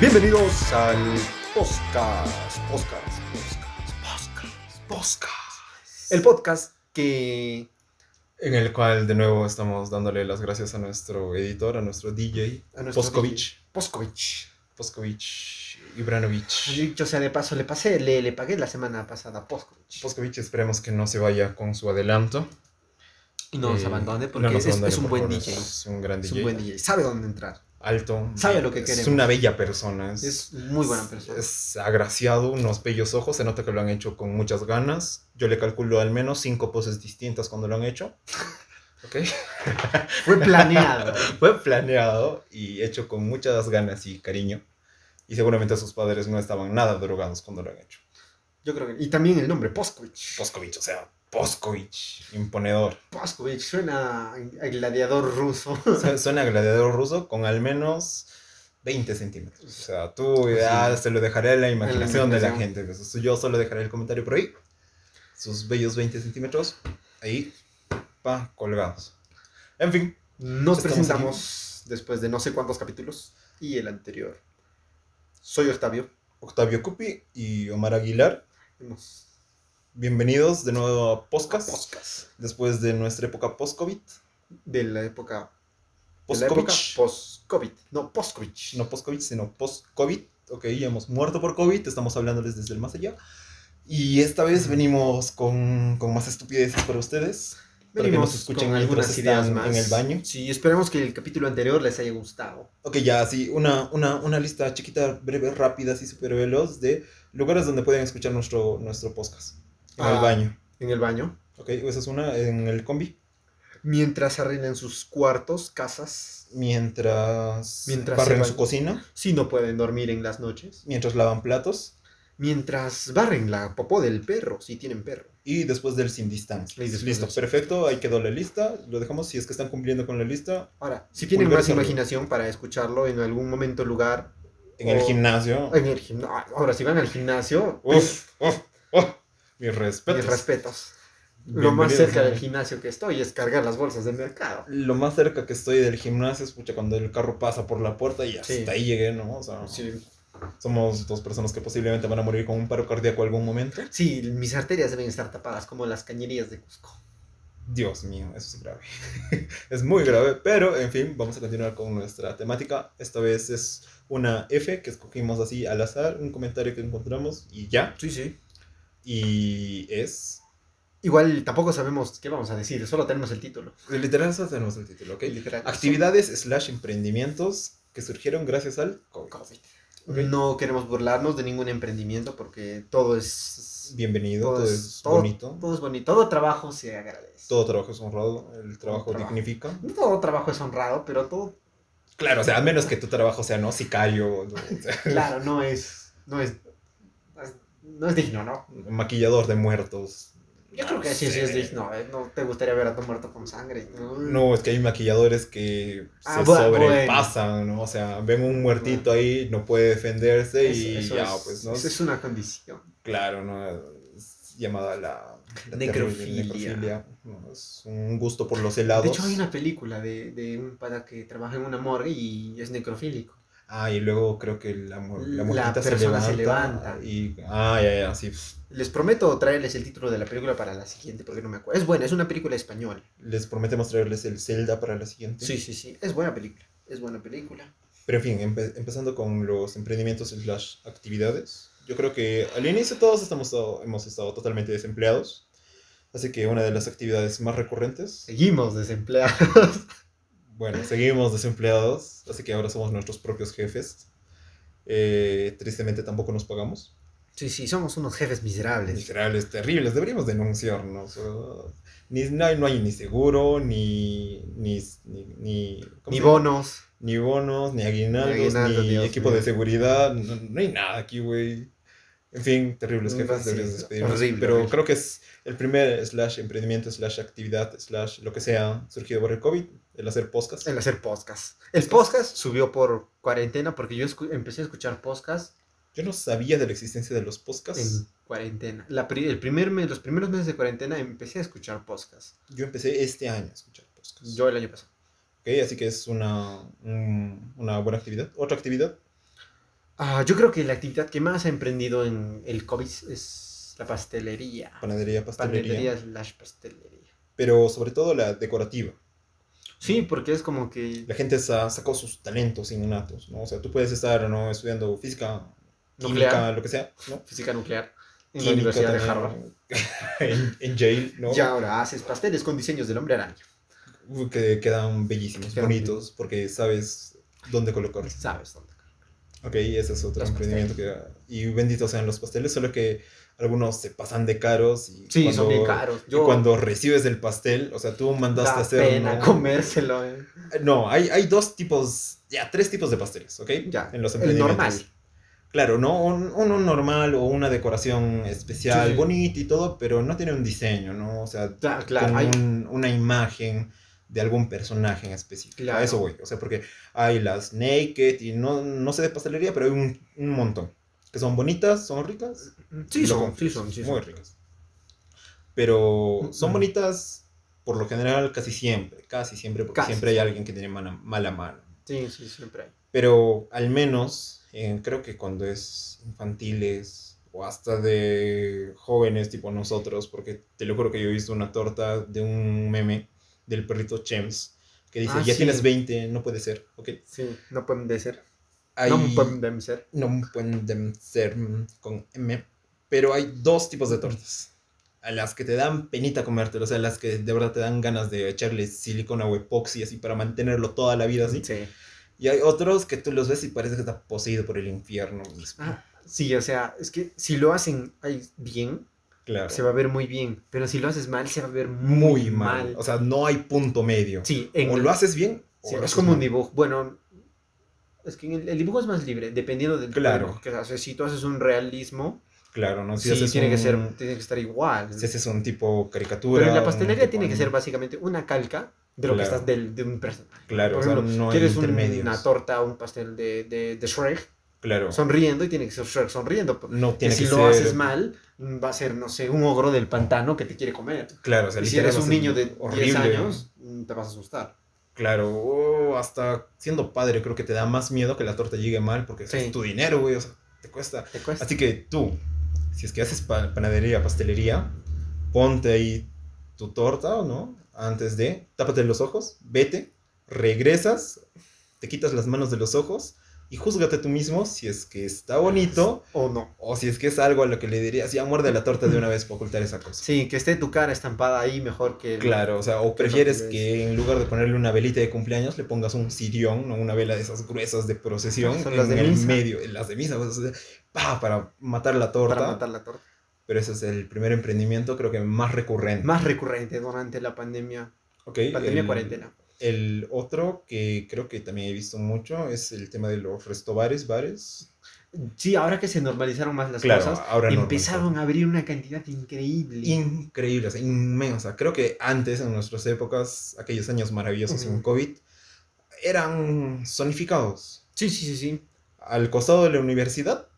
Bienvenidos al podcast, podcast, podcast, podcast, podcast. El podcast que En el cual de nuevo estamos dándole las gracias a nuestro editor, a nuestro DJ, a nuestro Poskovich. DJ, Poscovich. Poskovich Ibranovich. Dicho sea de paso, le pasé, le, le pagué la semana pasada a Poscovich. Poskovich esperemos que no se vaya con su adelanto. y no nos Eh, abandone no porque nos es, abandone, es un por buen favor, DJ. Es un gran Es DJ. un buen DJ. Sabe dónde entrar. Alto. Sabe lo que Es queremos. una bella persona. Es, Es muy buena persona. Es agraciado, unos bellos ojos. Se nota que lo han hecho con muchas ganas. Yo le calculo al menos cinco poses distintas cuando lo han hecho. Ok. Fue planeado. Fue planeado y hecho con muchas ganas y cariño. Y seguramente sus padres no estaban nada drogados cuando lo han hecho. Yo creo que. Y también el nombre, Poscovich. Poskovich, o sea, Poskovich, imponedor. Poscovich suena a gladiador ruso. Su- Suena a gladiador ruso con al menos 20 centímetros. O sea, tú Sí. ya se lo dejaré a la imaginación de la imaginación. gente. pues, eso Yo solo dejaré el comentario por ahí. Sus bellos 20 centímetros, ahí, pa, colgados. En fin, Nos Estamos presentamos después de no sé cuántos capítulos y el anterior. Soy Octavio. Octavio Cupi y Omar Aguilar, Hemos- bienvenidos de nuevo a Podcast. Podcast. Después de nuestra época post-COVID. De la época. de la época Post-COVID. post-COVID. No, post-COVID. no post-COVID, sino post-COVID. Ok, ya hemos muerto por COVID, estamos hablándoles desde el más allá. Y esta vez venimos con, con más estupideces para ustedes. para que nos Venimos escuchen con mientras algunas están ideas en más. el baño. Sí, esperemos que el capítulo anterior les haya gustado. Ok, ya, sí, una, una, una lista chiquita, breve, rápida, así súper veloz de lugares donde pueden escuchar nuestro, nuestro podcast. En Ah. el baño. En el baño. Ok, esa es una, en el combi. Mientras arreglan sus cuartos, casas. Mientras, Mientras se barren bañan. su cocina, Si no pueden dormir en las noches. mientras lavan platos Mientras barren la popó del perro, si tienen perro. y después del sin distancia. Y después Listo, del sin perfecto, ahí quedó la lista. Lo dejamos, si es que están cumpliendo con la lista, Ahora, si tienen Pulgar más arriba. imaginación para escucharlo en algún momento, lugar, en el O- gimnasio. En el gimna- ah, Ahora, si van al gimnasio, pues, Uf, uf, uf. Mis respetos. mis respetos. Lo más Bienvenidos cerca a- del gimnasio que estoy es cargar las bolsas del mercado. Lo más cerca que estoy del gimnasio es pucha, cuando el carro pasa por la puerta y hasta Sí. ahí llegué, ¿no? O sea, Sí, somos dos personas que posiblemente van a morir con un paro cardíaco algún momento. sí, mis arterias deben estar tapadas como las cañerías de Cusco. Dios mío, eso es grave. es muy grave, pero en fin, vamos a continuar con nuestra temática. Esta vez es una F que escogimos así al azar, un comentario que encontramos y ya. Sí, sí. Y es. Igual tampoco sabemos qué vamos a decir, solo tenemos el título. Literal, eso tenemos el título, ¿ok? Literal. Actividades slash emprendimientos que surgieron gracias al COVID. COVID. Ok. No queremos burlarnos de ningún emprendimiento porque todo es. Bienvenido, Todo todo, es- es Pues, todo- bonito. Todo, Todo es bonito, todo trabajo se agradece. trabajo es honrado, el trabajo trabajo. dignifica. No todo trabajo es honrado, pero todo, Claro, o sea, a menos que tu trabajo sea, ¿no? Sicario, ¿no? O sea, claro, no es. No es. No es digno, ¿no? maquillador de muertos. Yo No creo que sí, sí sé. es digno. eh, No te gustaría ver a tu muerto con sangre. No. No, es que hay maquilladores que Ah, se bueno, sobrepasan, ¿no? O sea, ven un muertito ahí, no puede defenderse Eso- y eso ya, es, pues, ¿no? eso es una condición. Claro, ¿no? Es llamada la, la Necrofilia. terrible necrofilia, ¿no? Es un gusto por los helados. De hecho, hay una película de, de un pata que trabaja en una morgue y es necrofílico. Ah, y luego creo que la, mu- La la muertita se persona levanta. se levanta. Y, ah, ya, ya, sí. pf. Les prometo traerles el título de la película para la siguiente, porque no me acuerdo. Es buena, es una película española. Les prometemos traerles el Zelda para la siguiente. Sí, sí, sí. Es buena película. Es buena película. Pero en fin, empe- empezando con los emprendimientos slash actividades. Yo creo que al inicio todos estamos to- hemos estado totalmente desempleados. Así que una de las actividades más recurrentes. Seguimos desempleados. Bueno, seguimos desempleados. Así que ahora somos nuestros propios jefes. Eh, tristemente tampoco nos pagamos. Sí, sí, somos unos jefes miserables. Miserables, terribles, deberíamos denunciarnos. ¿no? Ni, no, hay, no hay ni seguro, ni. ni, ni, ni- ¿cómo Ni se llama? bonos. Ni bonos, ni aguinaldos, Ni ni, aguinaldo, Dios equipo mío. de seguridad. No, no hay nada aquí, güey. En fin, terribles jefes, Sí, deberíamos despedirnos. horrible, pero horrible. creo que es el primer slash emprendimiento, slash actividad, slash lo que sea surgido por el COVID, el hacer podcast. El hacer podcast. El podcast subió por cuarentena porque yo escu- empecé a escuchar podcast Yo no sabía de la existencia de los podcasts. en cuarentena. La pri- el primer mes, los primeros meses de cuarentena empecé a escuchar podcasts. Yo empecé este año a escuchar podcasts. Yo el año pasado. Ok, así que es una, un- una buena actividad. Otra actividad Ah, yo creo que la actividad que más ha emprendido en el COVID es la pastelería. Panadería, pastelería. Pastelería slash pastelería. Pero sobre todo la decorativa. Sí, porque es como que La gente sa- sacó sus talentos innatos, ¿no? O sea, tú puedes estar ¿no? estudiando física, Nuclear. química, lo que sea, ¿no? física nuclear en Química la Universidad de también, Harvard. en, en Yale, ¿no? Y ahora haces pasteles con diseños del hombre araña. Uh, Que quedan bellísimos, Quedan bonitos, porque sabes dónde colocarlos. Sabes dónde. Ok, ese es otro Los emprendimiento que... Y benditos sean los pasteles, solo que algunos se pasan de caros y Sí, cuando- son bien caros. y Yo cuando recibes el pastel, o sea, tú mandaste a da hacer... pena ¿no? comérselo. eh. No, hay, hay dos tipos, ya, tres tipos de pasteles, ¿ok? Ya, En los el emprendimientos. normal. Claro, ¿no? Un- uno normal o una decoración especial, Sí, sí. bonita y todo, pero no tiene un diseño, ¿no? O sea, Ya, claro, con hay- un- una imagen de algún personaje en específico. Claro. A eso voy. O sea, porque hay las naked y no, no sé de pastelería, pero hay un, un montón. Que son bonitas, son ricas, Mm, Sí, Lo son, compras. sí son, sí son. Mm. muy ricas. Pero son Ujú. bonitas por lo general casi siempre, casi siempre, porque Casi. siempre hay alguien que tiene mala, mala mano. Sí, sí, siempre hay. Pero al menos, eh, creo que cuando es infantiles o hasta de jóvenes tipo nosotros, porque te lo juro que yo he visto una torta de un meme del perrito Chems que dice, Ah, ya sí. tienes 20, no puede ser, ¿ok? Sí, no pueden de ser. Hay, No pues, pueden de ser. no pueden ser mm, con M, pero hay dos tipos de tortas. A las que te dan penita comértelo, o sea, las que de verdad te dan ganas de echarle silicona o epoxi así para mantenerlo toda la vida así. Sí. Y hay otros que tú los ves y parece que está poseído por el infierno mismo. Ah, sí, o sea, es que si lo hacen ahí bien, claro. se va a ver muy bien. Pero si lo haces mal, se va a ver muy, muy mal. mal. O sea, no hay punto medio. sí, en o el- lo haces bien. o sí, lo es haces como un mal. dibujo. Bueno, es que en el, el dibujo es más libre, dependiendo del Claro. tipo de dibujo que haces. Si tú haces un realismo, Claro, ¿no? Si sí, haces tiene que un- ser, tiene que estar igual. Si haces un tipo caricatura. Pero en la un pastelería tipo tiene que ser anime. básicamente una calca de lo que Claro. estás del, de un personaje. Claro, Por o sea, ejemplo, no hay Quieres un- intermedios. una torta, un pastel de, de, de Shrek Claro. sonriendo y tiene que ser Shrek sonriendo. Porque No tiene si que lo ser- haces mal, mm, va a ser, no sé, un ogro del pantano que te quiere comer. Claro, o sea, Y si literal eres va a un ser niño de horrible. 10 años, mm, te vas a asustar. Claro, o hasta siendo padre, creo que te da más miedo que la torta llegue mal porque Sí. es tu dinero, güey. O sea, te cuesta. Te cuesta. Así que tú, si es que haces pa- panadería, pastelería, ponte ahí tu torta o no, antes de, tápate los ojos, vete, regresas, te quitas las manos de los ojos y júzgate tú mismo si es que está bonito O no. o si es que es algo a lo que le dirías, ya muerde la torta de una vez para ocultar esa cosa. Sí, que esté tu cara estampada ahí mejor que... el- Claro, o sea, o Que no prefieres te que en lugar de ponerle una velita de cumpleaños, le pongas un sirión o una vela de esas gruesas de procesión Son en las de el misa. medio, en las de misa, o sea, pa, para matar la torta. Para matar la torta. pero ese es el primer emprendimiento creo que más recurrente. Más recurrente durante la pandemia. Ok, Pandemia el- cuarentena. El otro que creo que también he visto mucho es el tema de los restobares, bares. Sí, ahora que se normalizaron más las cosas, ahora no, empezaron no. a abrir una cantidad increíble. Increíble, o sea, inmensa. Creo que antes, en nuestras épocas, aquellos años maravillosos sin Ujú. COVID, eran zonificados. Sí, sí, sí, sí. Al costado de la universidad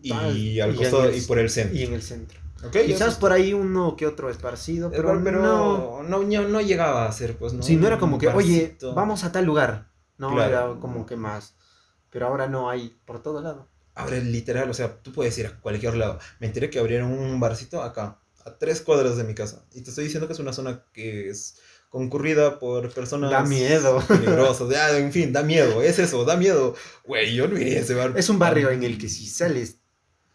y, Ah, al y costado en el- y por el centro. Y en el centro. Ok, eso Quizás es- por ahí uno que otro esparcido, Eh, pero, pero, no. no, no, no llegaba a ser, pues, ¿no? Sí, no era como Un que, oye, barcito. vamos a tal lugar. No, Claro. era como que más. Pero ahora no hay por todo lado. Ahora literal, o sea, tú puedes ir a cualquier lado. Me enteré que abrieron un barcito acá, a tres cuadras de mi casa. Y te estoy diciendo que es una zona que es concurrida por personas... Da miedo. Peligrosas. Ah, en fin, da miedo. Es eso, da miedo. Güey, yo no iría a ese bar. Es un barrio en el que si sales,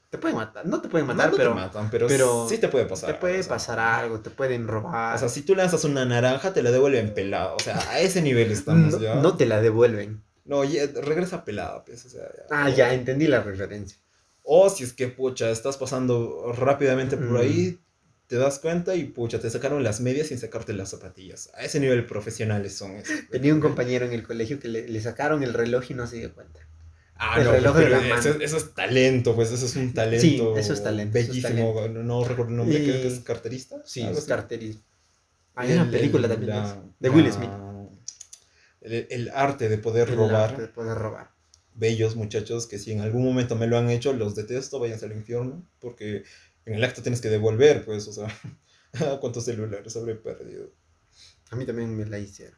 te pueden matar. No te pueden No, matar, no pero te matan, pero, pero sí te puede pasar. te puede o sea. pasar algo, te pueden robar. O sea, si tú lanzas una naranja, te la devuelven pelada. O sea, a ese nivel estamos no, ya. no te la devuelven. No, ya, regresa pelada, pues. O sea, Ah, ya, entendí la referencia. O si es que, pucha, estás pasando rápidamente por Mm. ahí, te das cuenta y, pucha, te sacaron las medias sin sacarte las zapatillas. A ese nivel profesionales son. esos. pues. Tenía un compañero en el colegio que le, le sacaron el reloj y no se dio cuenta. Ah, el no, reloj de pero la eso, mano. eso es talento, pues eso es un talento. eso es talento, eso es Bellísimo, No, no recuerdo el nombre, Y- creo que es carterista. Sí, algo es así. carterismo. Hay El- una película el- también de la- eso, de Will la- Smith. El, el arte de poder El robar. arte de poder robar. bellos muchachos que si en algún momento me lo han hecho, los detesto, váyanse al infierno, porque en el acto tienes que devolver, pues, o sea, cuántos celulares habré perdido. A mí también me la hicieron.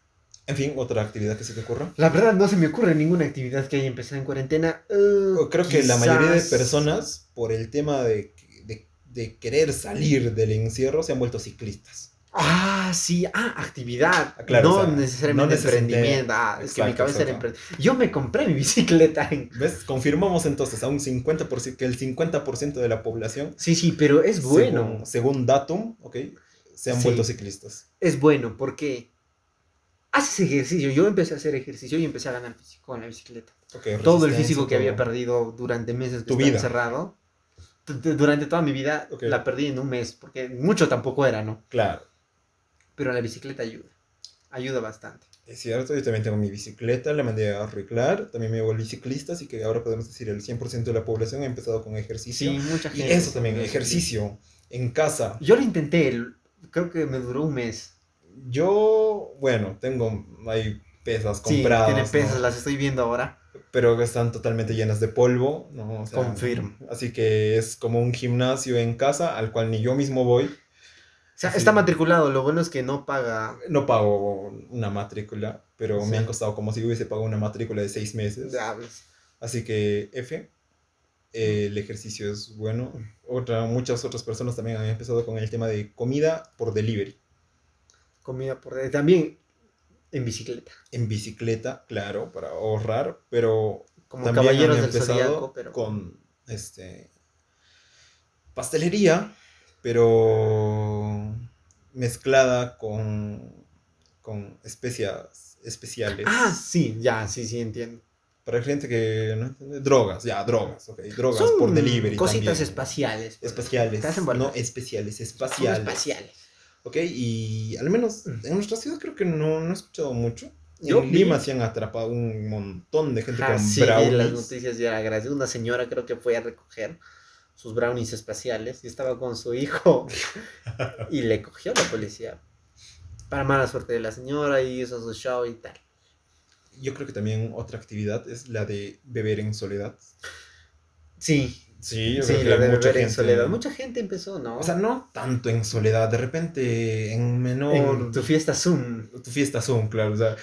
En fin, otra actividad que se te ocurra. La verdad no se me ocurre ninguna actividad que haya empezado en cuarentena. Eh, Creo que la mayoría de quizás- personas, por el tema de, de- de querer salir del encierro, se han vuelto ciclistas. Ah, sí, ah, actividad. Ah, claro, no o sea, necesariamente no necesariamente- emprendimiento. Ah, es que mi Exacto, cabeza era exacto. emprendimiento. Yo me compré mi bicicleta en... ¿Ves? Confirmamos entonces a un 50%, que el 50% de la población, Sí, sí, pero es bueno. según, según Datum, ¿ok? se han Sí. vuelto ciclistas. Es bueno porque haces ejercicio. Yo empecé a hacer ejercicio y empecé a ganar físico con la bicicleta. Ok, Todo el resistencia, físico que todo. había perdido durante meses que Tu estaba vida. encerrado, tu- tu- durante toda mi vida, Ok. la perdí en un mes, porque mucho tampoco era, ¿no? Claro, Pero la bicicleta ayuda. Ayuda bastante. es cierto. Yo también tengo mi bicicleta, la mandé a arreglar. También me volví ciclista, así que ahora podemos decir el 100% de la población ha empezado con Y ejercicio. sí, mucha Y gente. eso también, Sí. ejercicio en casa. Yo lo intenté, el- creo que me duró un mes. Yo, bueno, tengo hay pesas Sí, compradas. tiene ¿no? pesas, las estoy viendo ahora. Pero que están totalmente llenas de polvo, ¿no? O sea, Confirmo. Así que es como un gimnasio en casa al cual ni yo mismo voy. O sea, Sí. está matriculado, lo bueno es que no paga. No pago una matrícula, pero Sí. me han costado como si hubiese pagado una matrícula de seis meses. Ya, pues, Así que F, eh, el ejercicio es bueno. Otra, muchas otras personas también han empezado con el tema de comida por delivery. Comida por. También en bicicleta. En bicicleta, claro, para ahorrar, pero Como También caballeros han del empezado zodiaco, pero. con este pastelería, pero mezclada con, con especias especiales. Ah, sí, ya, sí, sí, entiendo. Para gente que no entiende, drogas, ya, drogas, ok, drogas Son por delivery. Cositas también. espaciales. pues. Espaciales, Te hacen volar. no especiales, Son espaciales. espaciales. Ok, y al menos Mm. en nuestra ciudad creo que no, no he escuchado mucho. Yo en Lima vi- se han atrapado un montón de gente Ah, con sí, vi brownies. las noticias ya era gracias. Una señora creo que fue a recoger sus brownies espaciales y estaba con su hijo y le cogió la policía. Para mala suerte de la señora y hizo su show y tal. Yo creo que también otra actividad es la de beber en soledad. Sí, Sí, yo sí, creo que la de mucha beber en gente- soledad. Mucha gente empezó, ¿no? O sea, no tanto en soledad, de repente en menor... en tu fiesta Zoom tu fiesta Zoom, claro. O sea,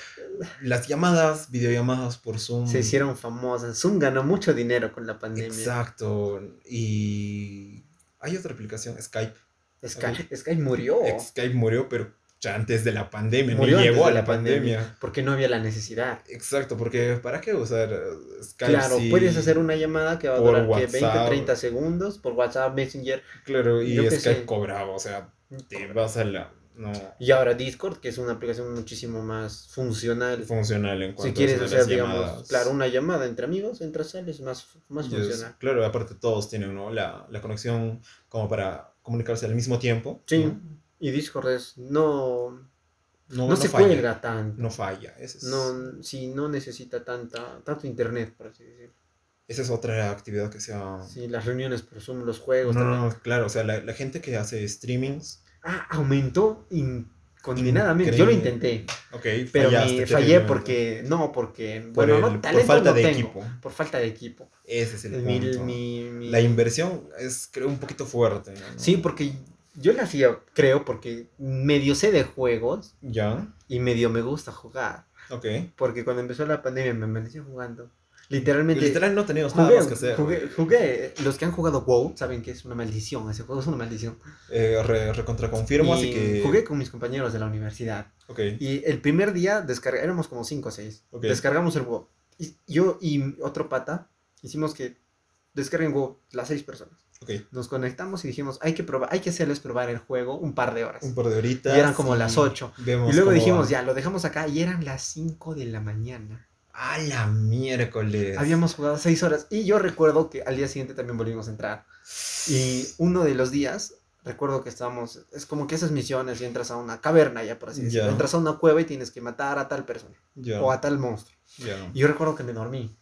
las llamadas, videollamadas por Zoom. se hicieron famosas. Zoom ganó mucho dinero con la pandemia. Mm. Exacto. Y hay otra aplicación, Skype. Sky, Sky murió. Skype murió, pero ya antes de la pandemia, ni Oh. Murió antes llegó de a la la pandemia. pandemia. porque no había la necesidad. Exacto, porque ¿para qué usar eh, Skype? Claro, si- puedes hacer una llamada que va a por durar que 20, WhatsApp. 30 segundos por WhatsApp, Messenger Claro, y yo qué Skype sé. cobraba, o sea, te vas a la... No, y ahora Discord, que es una aplicación muchísimo más funcional. funcional en cuanto si a quieres eso de hacer, las digamos, llamadas. claro, una llamada entre amigos, entre sales, más, más Y es- funcional. claro, aparte todos tienen ¿no? la, la conexión como para comunicarse al mismo tiempo. Sí, ¿no? y Discord es, no, no, No, se falla. cuelga tanto. No falla. Esa es, No, sí, no necesita tanta, tanto internet, por así decirlo. esa es otra actividad que se ha... Sí, las reuniones por Zoom, los No, juegos. no, también. no, claro, o sea, la, la gente que hace streamings, Ah, aumentó incondenadamente. Yo lo Increíble. intenté. ok, Pero me fallé fallaste terriblemente. porque, no, porque, Por, bueno, el- no, por talento falta no de tengo, equipo. Por falta de equipo. Ese es el Mi- punto. mi- mi- La inversión es, creo, un poquito fuerte. ¿no? Sí, porque yo la hacía, creo, porque medio sé de juegos Ya, y medio me gusta jugar. ok. Porque cuando empezó la pandemia me amanecí jugando. Literalmente. Literal no teníamos nada Jugué, más que hacer. jugué- jugué. Los que han jugado WoW saben que es una maldición. Ese juego es una maldición. Eh, re- recontraconfirmo, Y así que... Jugué con mis compañeros de la universidad. Ok, Y el primer día descargamos, éramos como 5 o 6. Ok. Descargamos el WoW. Y yo y otro pata hicimos que descarguen WoW las 6 personas. ok. Nos conectamos y dijimos, hay que probar, hay que hacerles probar el juego un par de horas. Un par de horitas. Y eran como las ocho. vemos Y luego cómo dijimos, va. ya, lo dejamos acá y eran las 5 de la mañana. A la miércoles. Habíamos jugado 6 horas y yo recuerdo que al día siguiente también volvimos a entrar. Y uno de los días, recuerdo que estábamos, es como que esas misiones y entras a una caverna, ya por así Ya. decirlo. Entras a una cueva y tienes que matar a tal persona Ya, o a tal monstruo. ya. Y yo recuerdo que me dormí.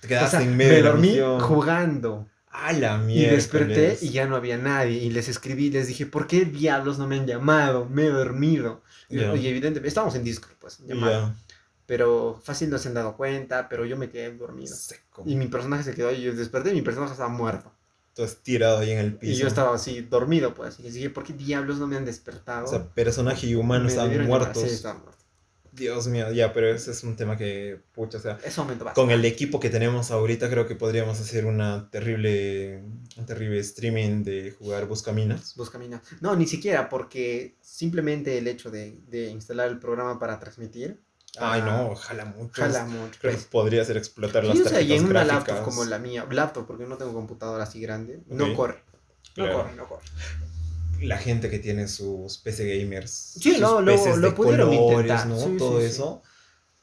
Te O quedaste sea, en medio me de la dormí misión. jugando A la y miércoles. desperté y ya no había nadie y les escribí les dije ¿por qué diablos no me han llamado? Me he dormido y, Ya. y evidentemente estábamos en Discord pues Ya. llamada. pero fácil no se han dado cuenta pero yo me quedé dormido Seco. y mi personaje se quedó y yo desperté y mi personaje estaba muerto Todo estirado ahí en el piso. y yo estaba así dormido pues y les dije ¿por qué diablos no me han despertado? O sea, personaje y humano Me estaban debieron llamar. muertos. Sí, estaban muertos Dios mío, ya, pero ese es un tema que, pucha, o sea, Es un momento básico. con el equipo que tenemos ahorita creo que podríamos hacer una terrible, un terrible streaming de jugar Buscaminas. Busca mina. No, ni siquiera, porque simplemente el hecho de, de instalar el programa para transmitir. Ay, ah, no, ojalá mucho. Jala mucho. Pues, Creo que podría ser explotar las Sí, o tarjetas sea, y en una gráficas. laptop como la mía, laptop, porque no tengo computadora así grande, no Ok. corre. No Claro. corre, no corre. la gente que tiene sus PC gamers. Sí, sus no, lo- PCs lo de pudieron colores, intentar. ¿no? Sí, Todo sí, sí. eso.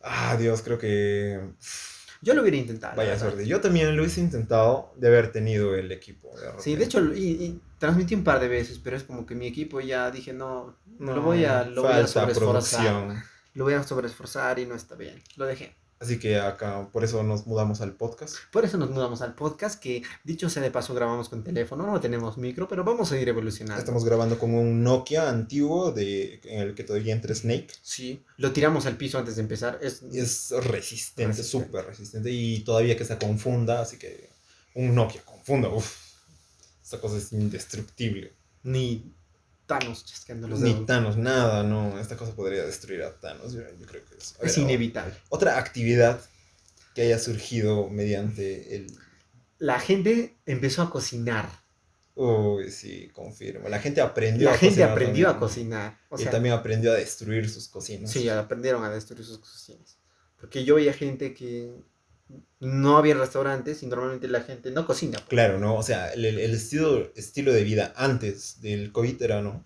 Ah, Dios, creo que. pff, Yo lo hubiera intentado. la Vaya verdad. suerte. Yo también lo hubiese intentado de haber tenido el equipo. Sí, de repente. hecho, y, y transmití un par de veces, pero es como que mi equipo ya dije, no, No, lo voy a- lo voy a falta sobreesforzar. producción. lo voy a sobreesforzar y no está bien. Lo dejé. Así que acá, por eso nos mudamos al podcast. Por eso nos mudamos al podcast, que dicho sea de paso, grabamos con teléfono, no tenemos micro, pero vamos a ir evolucionando. Estamos grabando con un Nokia antiguo de, en el que todavía entra Snake. Sí, lo tiramos al piso antes de empezar. Es, Es resistente, Resistente. súper resistente. Y todavía que se confunda, así que un Nokia confunda, uff. Esta cosa es indestructible. ni Thanos chasqueando los Ni dedos. Thanos, nada, no. Esta cosa podría destruir a Thanos. Yo, yo creo que es. A Es ver, inevitable. Otra actividad que haya surgido mediante el. La gente empezó a cocinar. Uy, sí, confirmo. La gente aprendió La gente cocinar aprendió a también. cocinar. O sea, y también aprendió a destruir sus cocinas. sí, aprendieron a destruir sus cocinas. Porque yo veía gente que no había restaurantes y normalmente la gente no cocina. pues. Claro, ¿no? O sea, el, el estilo, estilo de vida antes del COVID era, ¿no?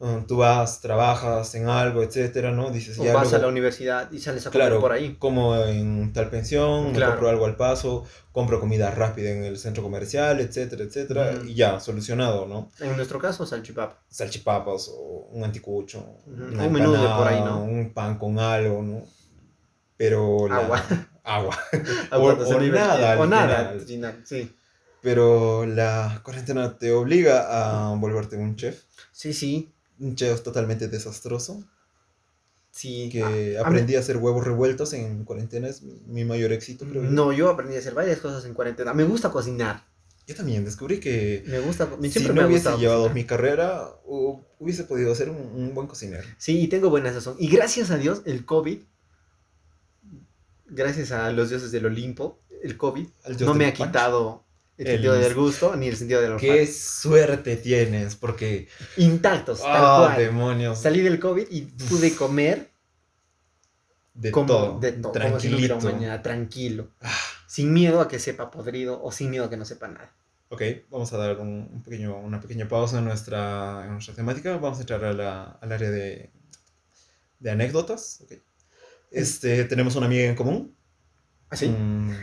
Um, tú vas, trabajas en algo, etcétera, ¿no? Dices, O ya vas a luego- la universidad y sales a comer Claro, por ahí. como en tal pensión, me Claro. compro algo al paso, compro comida rápida en el centro comercial, etcétera, etcétera, Ujú. y ya, solucionado, ¿no? En nuestro caso, salchipapa. Salchipapas o un anticucho, una Un menú de empanada, por ahí, ¿no? Un pan con algo, ¿no? Pero la- Agua. agua. Aguanta, Ah, o se divertía. nada, al O nada. final. al final, Sí. Pero la cuarentena te obliga a volverte un chef, sí, sí, un chef totalmente desastroso, sí. que Ah, a mí- aprendí a hacer huevos revueltos en cuarentena, es mi- mi mayor éxito, creo. yo. No, yo aprendí a hacer varias cosas en cuarentena. Me gusta cocinar. Yo también descubrí que Me gusta. me- si Siempre no me ha hubiese gustado llevado cocinar. mi carrera, hu- hubiese podido ser un, un buen cocinero. Sí, y tengo buena sazón. Y gracias a Dios, el COVID, gracias a los dioses del Olimpo, el COVID Al no Justin me ha Punch. quitado el, El sentido del instinto. gusto ni el sentido del olfato. Qué suerte tienes, porque. Intactos, tal ¡Ah, cual. demonios! Salí del COVID y pude comer De como todo. de todo, como si no hubiera tranquilito. un mañana, tranquilo. Ah, Sin miedo a que sepa podrido o sin miedo a que no sepa nada. ok, vamos a dar un, un pequeño, una pequeña pausa en nuestra, en nuestra temática. Vamos a entrar a la- al área de, de anécdotas. ok. Este, tenemos una amiga en común. ¿Así? Mm,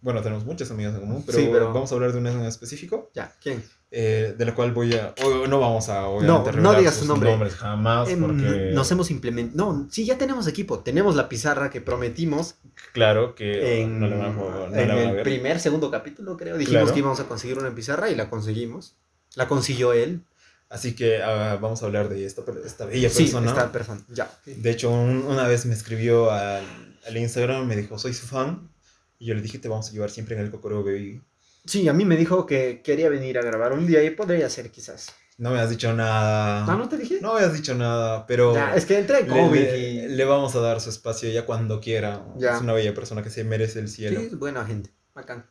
bueno, tenemos muchas amigas en común, pero, Sí, pero- vamos a hablar de una en específico. Ya, ¿quién? eh, de la cual voy a. o- no vamos a. No, obviamente, no revelar digas sus su nombre. nombres jamás, Em, porque. Nos hemos implementado. No, sí, ya tenemos equipo. Tenemos la pizarra que prometimos Claro que. en, no la van a, no la en van a el ver. primer, segundo capítulo, creo. Dijimos Claro. que íbamos a conseguir una pizarra y la conseguimos. La consiguió él. Así que ah, vamos a hablar de esta, per- esta bella sí, persona. esta persona. Ya. De hecho, un- una vez me escribió al, al Instagram, me dijo, soy su fan. Y yo le dije, te vamos a llevar siempre en el Kokoro Baby. Sí, a mí me dijo que quería venir a grabar un día y podría ser quizás. No me has dicho nada. Ah, ¿no te dije? No me has dicho nada, pero. Ya, es que entré en le- COVID le, y... le vamos a dar su espacio ya cuando quiera. Ya. Es una bella persona que se merece el Sí, cielo. es buena gente. Bacán.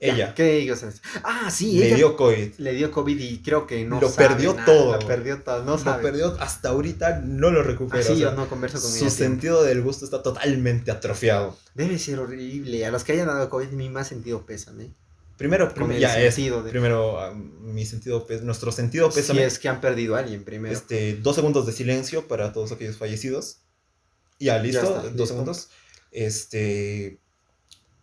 Ya, Ella ¿Qué ellos hacen? Ah, sí, le ella dio COVID. le dio COVID y creo que no Lo sabe perdió nada, todo. Lo perdió todo, no lo sabe. perdió, hasta ahorita no lo recupera. Así o sea, yo no converso con su ella. siempre. sentido del gusto está totalmente atrofiado. Debe ser horrible. A los que hayan dado COVID, mi más sentido pésame. Primero, Con el ya es. sentido de- Primero, ah, mi sentido, pes- nuestro sentido pésame. Si es que han perdido a alguien primero. este, dos segundos de silencio para todos aquellos fallecidos. Ya, listo, está, dos listo. segundos. Este,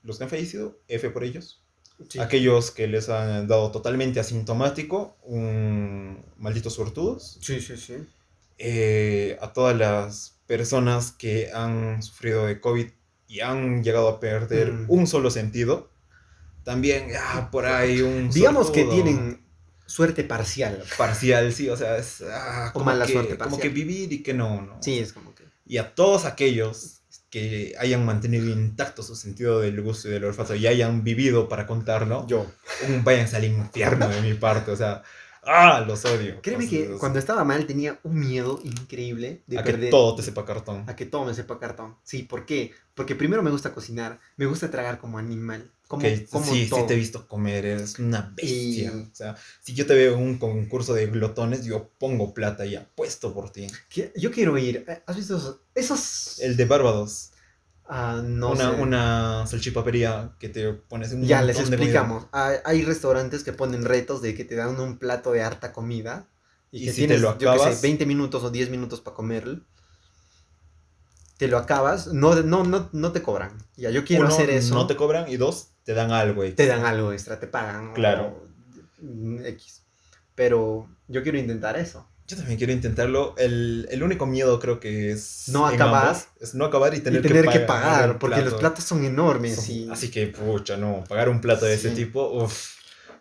los que han fallecido, F por ellos. Sí. Aquellos que les han dado totalmente asintomático, un malditos sortudos. sí, sí, sí. Eh, a todas las personas que han sufrido de COVID y han llegado a perder Mm. un solo sentido. También, ah, por ahí un. Digamos que sortudo tienen suerte parcial. Parcial, sí, o sea, es. ah, O como mala que- suerte Como parcial. que vivir y que no, ¿no? Sí, es como que. y a todos aquellos que hayan mantenido intacto su sentido del gusto y del olfato y hayan vivido para contarlo, Yo. un váyanse al infierno de mi parte, o sea, ¡Ah! Los odio. Créeme Los- que los- cuando estaba mal tenía un miedo increíble de A que perder. todo te sepa cartón. A que todo me sepa cartón. Sí, ¿por qué? Porque primero me gusta cocinar, me gusta tragar como animal. Como, Que como sí, todo. sí te he visto comer, eres una bestia. Y- O sea, si yo te veo en un concurso de glotones, yo pongo plata y apuesto por ti. Que- Yo quiero ir. eh, ¿Has visto esos? esos- El de Barbados, Ah, no una, sé. una salchipapería que te pones un Ya les montón de comida. explicamos. Hay, hay restaurantes que ponen retos de que te dan un plato de harta comida y, Y que si te tienes, lo yo qué sé, acabas- 20 minutos o 10 minutos para comerlo. Te lo acabas, no, no, no, no te cobran. Ya, yo quiero Uno, hacer eso. No te cobran y dos, te dan algo. güey. te dan algo extra, te pagan. o- Claro. mm, X. Pero yo quiero intentar eso. Yo también quiero intentarlo. El, el único miedo creo que es... No en acabar. ambos, Es no acabar y tener, y tener que el pagar, porque los plato. platos son enormes. Son- y- Así que, pucha, no, pagar un plato de ese Sí. tipo, uff,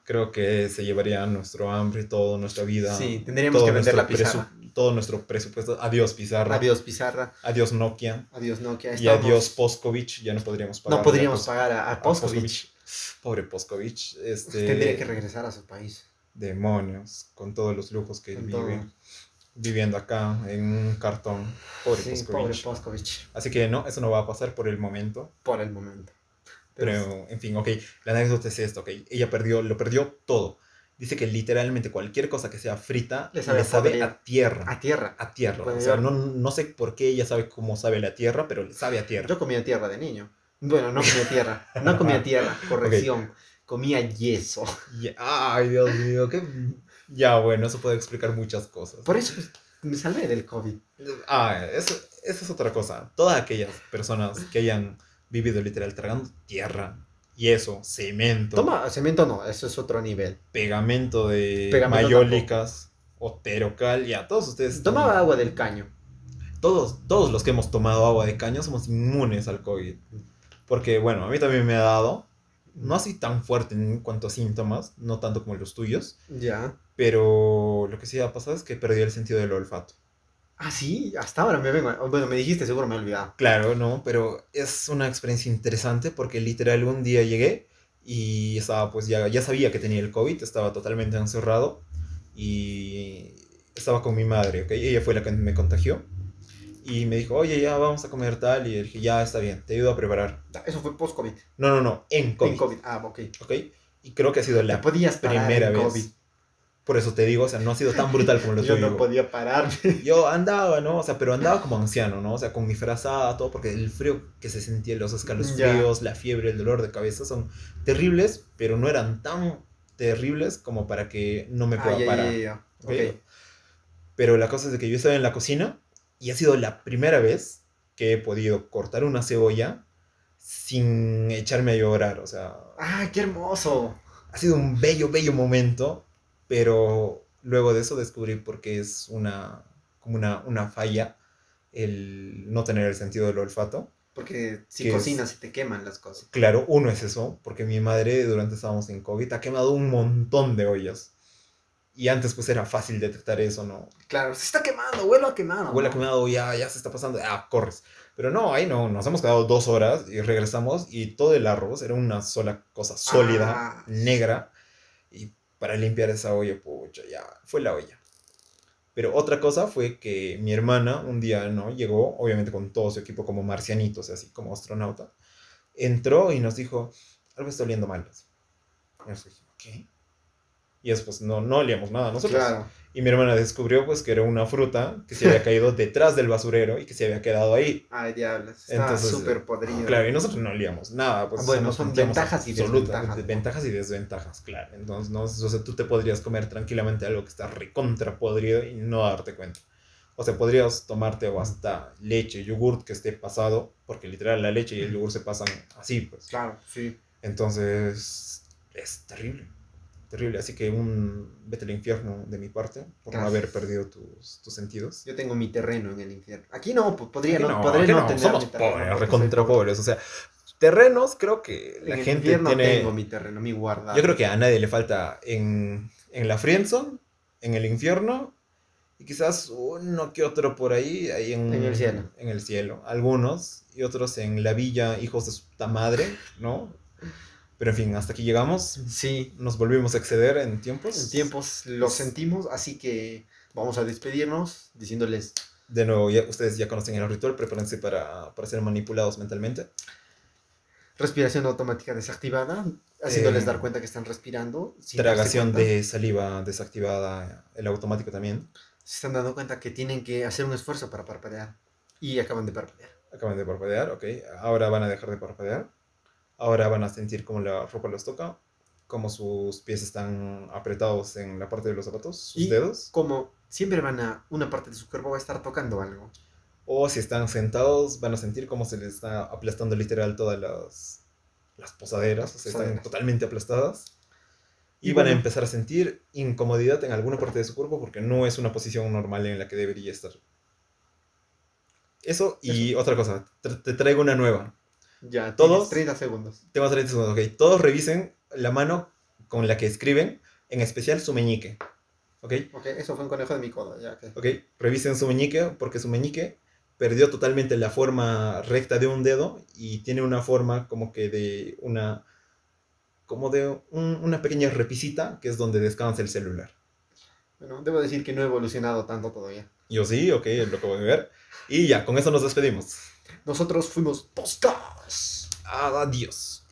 creo que se llevaría nuestro hambre, toda nuestra vida. Sí, tendríamos que vender nuestro la pizarra. presu- todo nuestro presupuesto. Adiós, pizarra. Adiós, Adiós, Pizarra. Nokia. Adiós, Nokia. Y estamos- adiós, Poskovich. Ya no podríamos pagar. No podríamos pagar a, a Poskovich. Pobre Poskovich. Este, Tendría que regresar a su país. Demonios, con todos los lujos que Con vive. todo. Viviendo acá, en un cartón. Pobre sí, pobre Poskovich. Poskovich. Así que no, eso no va a pasar por el momento. Por el momento. Pero, en fin, ok, la anécdota es esta, ok. Ella perdió, lo perdió todo. Dice que literalmente cualquier cosa que sea frita Le le sabe sabe, a podrido. a tierra. A tierra. A tierra. Bueno, o sea, yo- no, no sé por qué ella sabe cómo sabe la tierra, pero le sabe a tierra. Yo comía tierra de niño. Bueno, no comía tierra. No comía tierra. Corrección. Comía yeso. Y- ay, Dios mío, qué... Ya, bueno, eso puede explicar muchas cosas. Por eso me salvé del COVID. Ah, eso, eso es otra cosa. Todas aquellas personas que hayan vivido literal tragando tierra, yeso, cemento, Toma, cemento no. Eso es otro nivel. pegamento de Pegamento mayólicas, oterocal, ya, todos ustedes... Tomaba agua del caño. todos, todos los que hemos tomado agua de caña somos inmunes al COVID. Porque, bueno, a mí también me ha dado, no así tan fuerte en cuanto a síntomas, no tanto como los tuyos, Ya. pero lo que sí ha pasado es que perdí el sentido del olfato. Ah, sí. Hasta ahora me vengo. oh, Bueno, me dijiste, seguro me he olvidado. Claro, no, pero es una experiencia interesante porque literal un día llegué y estaba, pues ya, ya sabía que tenía el COVID, estaba totalmente encerrado y estaba con mi madre, ¿ok? Ella fue la que me contagió y me dijo, oye, ya vamos a comer tal y le dije, ya está bien, te ayudo a preparar. Eso fue post-COVID. No, no, no, en COVID. En COVID. Ah, ok. ¿Ok? Y creo que ha sido Te la podías parar primera en vez. COVID. Por eso te digo, o sea, no ha sido tan brutal como lo Yo tuyo. no podía pararme. Yo andaba, ¿no? O sea, pero andaba como anciano, ¿no? O sea, con mi frazada, todo, porque el frío que se sentía, los escalofríos, la fiebre, el dolor de cabeza son terribles, pero no eran tan terribles como para que no me pueda Ah, ya, parar. ya, ya, ya. ¿ok? Pero la cosa es de que yo estaba en la cocina y ha sido la primera vez que he podido cortar una cebolla sin echarme a llorar, o sea, Ah, qué hermoso. ha sido un bello, bello momento, pero luego de eso descubrí por qué es una, como una, una falla el no tener el sentido del olfato. Porque si ¿Qué es? cocinas se te queman las cosas. Claro, uno es eso, porque mi madre durante estábamos en COVID ha quemado un montón de ollas. Y antes pues era fácil detectar eso, ¿no? Claro, se está quemando, huelo a quemado. Huele a ¿no? quemado, ya, ya se está pasando, ah, corres. Pero no, ahí no, nos hemos quedado dos horas y regresamos y todo el arroz era una sola cosa sólida, Ah. negra. Y para limpiar esa olla, pucha, ya, fue la olla. Pero otra cosa fue que mi hermana un día, ¿no? Llegó, obviamente con todo su equipo como marcianitos, así como astronauta. Entró y nos dijo, algo está oliendo mal. así. Y nos dijimos, ¿qué? Y después no, no olíamos nada nosotros. Claro. Y mi hermana descubrió pues que era una fruta que se había caído detrás del basurero y que se había quedado ahí. Ay, diablos. Está Entonces, eh, súper podrido. Claro, y nosotros no olíamos nada. Pues, Ah, o sea, bueno, nos son sentíamos ventajas y absolutamente- desventajas, ¿no? Ventajas y desventajas, claro. Entonces, no, o sea, tú te podrías comer tranquilamente algo que está recontra podrido y no darte cuenta. O sea, podrías tomarte o hasta leche, yogurt que esté pasado, porque literal la leche y el yogur se pasan así, pues. Claro, sí. Entonces, es terrible. Terrible. Así que un vete al infierno de mi parte por no Gracias. haber perdido tus, tus sentidos. Yo tengo mi terreno en el infierno. Aquí no, po- podría Aquí no, podré aquí no, tener somos mi terreno. pobres, porque recontra soy pobre. pobres. O sea, terrenos creo que la en el gente infierno tiene. tengo mi terreno, mi guardado. Yo creo que a nadie le falta en, en la Friendzone, en el infierno y quizás uno que otro por ahí, ahí en, En el cielo. En el cielo. Algunos y otros en la villa, hijos de su puta madre, ¿no? Pero en fin, hasta aquí llegamos. Sí, Nos volvimos a exceder en tiempos. en tiempos lo sentimos, así que vamos a despedirnos diciéndoles De nuevo, ya, ustedes ya conocen el ritual, prepárense para, para ser manipulados mentalmente. respiración automática desactivada, haciéndoles Eh, dar cuenta que están respirando. sin darse Tragación cuenta. de saliva desactivada, el automático también. Se están dando cuenta que tienen que hacer un esfuerzo para parpadear y acaban de parpadear. Acaban de parpadear, ok. Ahora van a dejar de parpadear. Ahora van a sentir cómo la ropa los toca, cómo sus pies están apretados en la parte de los zapatos, sus Y- dedos. Como siempre van a, una parte de su cuerpo va a estar tocando algo. O si están sentados, van a sentir cómo se les está aplastando literal todas las, las posaderas, o sea, están Posaderas. totalmente aplastadas. Y, Y van a bueno. empezar a sentir incomodidad en alguna parte de su cuerpo porque no es una posición normal en la que debería estar. Eso y otra cosa, tra- te traigo una nueva. Ya, Todos- todos 30 segundos. Tengo 30 segundos, ok. Todos revisen la mano con la que escriben, en especial su meñique. ¿Ok? Ok, eso fue un conejo de mi codo. Ya, ok. ¿ok? Revisen su meñique porque su meñique perdió totalmente la forma recta de un dedo y tiene una forma como que de una como de un- una pequeña repisita que es donde descansa el celular. Bueno, debo decir que no he evolucionado tanto todavía. Yo sí, ok, lo acabo de ver. Y ya, con eso nos despedimos. Nosotros fuimos Toscas. Adiós.